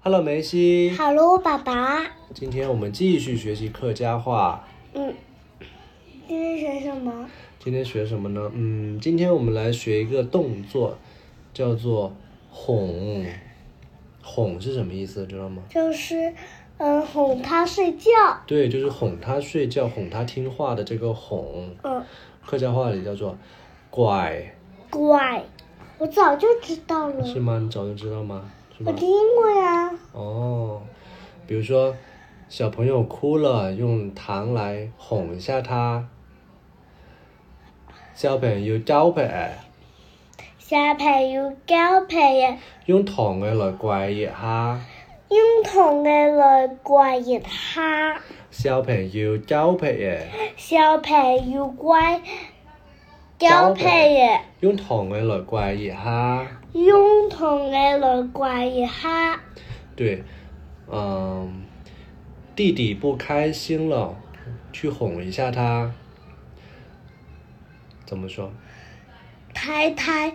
Hello，梅西。哈喽，爸爸。今天我们继续学习客家话。嗯，今天学什么？今天学什么呢？嗯，今天我们来学一个动作，叫做哄。哄是什么意思？知道吗？就是，嗯，哄他睡觉。对，就是哄他睡觉，哄他听话的这个哄，嗯，客家话里叫做拐，乖，我早就知道了，是吗？你早就知道吗？是我吧？听过呀。哦，比如说小朋友哭了，用糖来哄一下他。小朋友招牌，小朋友交朋友，用糖嘅來怪熱下。用同嘅来怪熱他。小朋友招牌嘅，小朋友乖，交朋友，用糖嘅來怪熱下。用同嘅来怪熱他。对，嗯，弟弟不开心了，去哄一下他。怎么说？太太，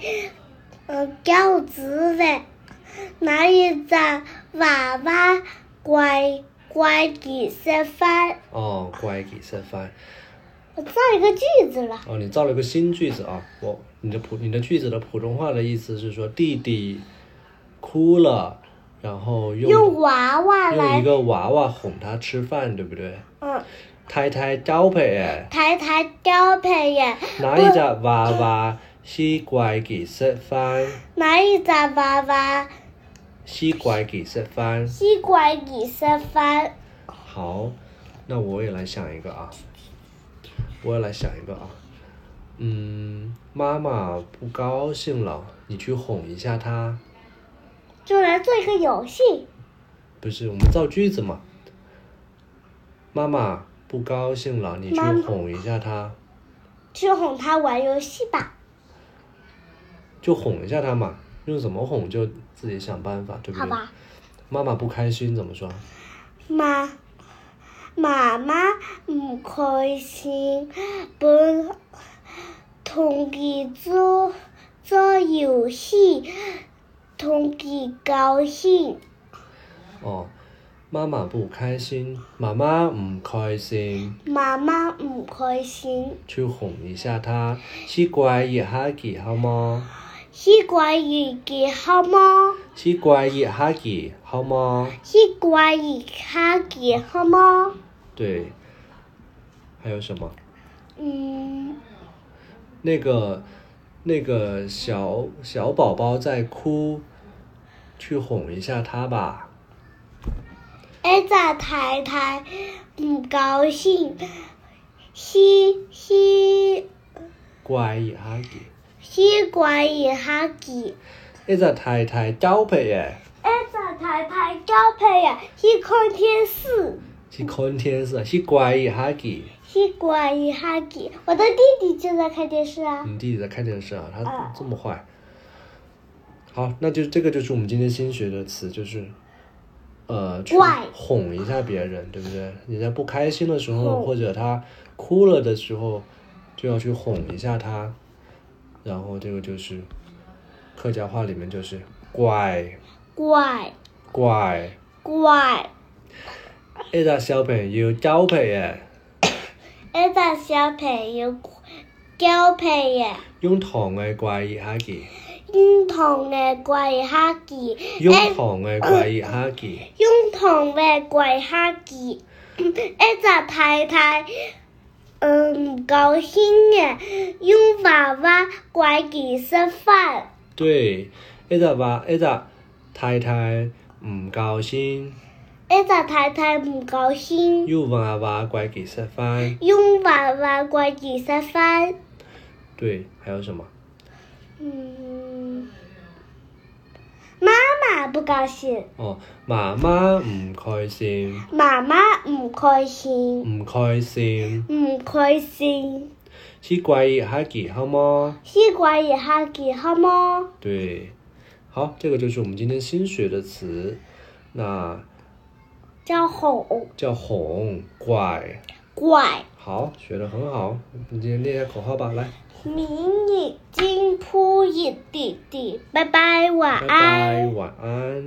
呃，教子喂，哪一只娃娃乖乖地吃饭？哦，乖，给吃饭。我造一个句子了。哦，你造了个新句子啊！我你的普你的句子的普通话的意思是说弟弟哭了，然后用用娃娃用一来，个娃娃哄他吃饭，对不对？嗯，太太交配诶，太太交配呀，哪一只娃娃是乖给食饭？哪一只娃娃是乖给食饭。是乖地吃饭？好，那我也来想一个啊，我也来想一个啊。嗯，妈妈不高兴了，你去哄一下她。就来做一个游戏，不是，我们造句子嘛。妈妈不高兴了，你去妈妈哄一下她，去哄他玩游戏吧。就哄一下她嘛。用怎么哄就自己想办法，对不好对？吧，妈妈不开心怎么说？妈，妈妈唔开心，不同佢做做游戏，同佢高兴。哦，妈妈不开心，妈妈唔开心，妈妈唔开心，去哄一下她，去乖一下佢好吗？是怪自己好吗？去乖一下佢好吗？是怪自己好吗？对，还有什么？嗯，那个那个小小宝宝在哭，去哄一下他吧。一只太太唔高兴，是是。乖一下佢，西瓜与哈吉，一只太太交配耶，一只太太交配呀，一看天使。是看电视，是乖一下佢。西瓜与哈吉，我的弟弟就在看电视啊。你弟弟在看电视啊？他啊这么坏。好，那就这个就是我们今天新学的词，就是，呃，去怪哄一下别人，对不对？人家不开心的时候，哄或者他哭了的时候，就要去哄一下他。然后这个就是客家话里面就是乖怪乖，怪，一个小朋友啊交配诶，一只小朋友交配啊呀，用糖嘅怪一下佢，用糖嘅怪与哈吉，用糖嘅怪一下佢。用糖嘅怪哈 吉。一只太太，嗯，唔高兴嘅，用娃娃怪佢吃饭。对，一直話一直太太唔高興，一只太太唔高兴，要話話怪幾食飯。用娃娃怪自杀翻。对，還有什麼？嗯，妈妈不高兴，哦，媽媽唔開心，妈妈唔开心，唔開心，唔开心，是怪熱下幾好嗎？西瓜也哈给好吗？對，好，這個就是我們今天新學的詞，那叫哄叫哄怪。怪，好，學得很好，你今天念一下口號吧，來，明日金铺一弟弟，拜拜，晚拜安拜，。晚安。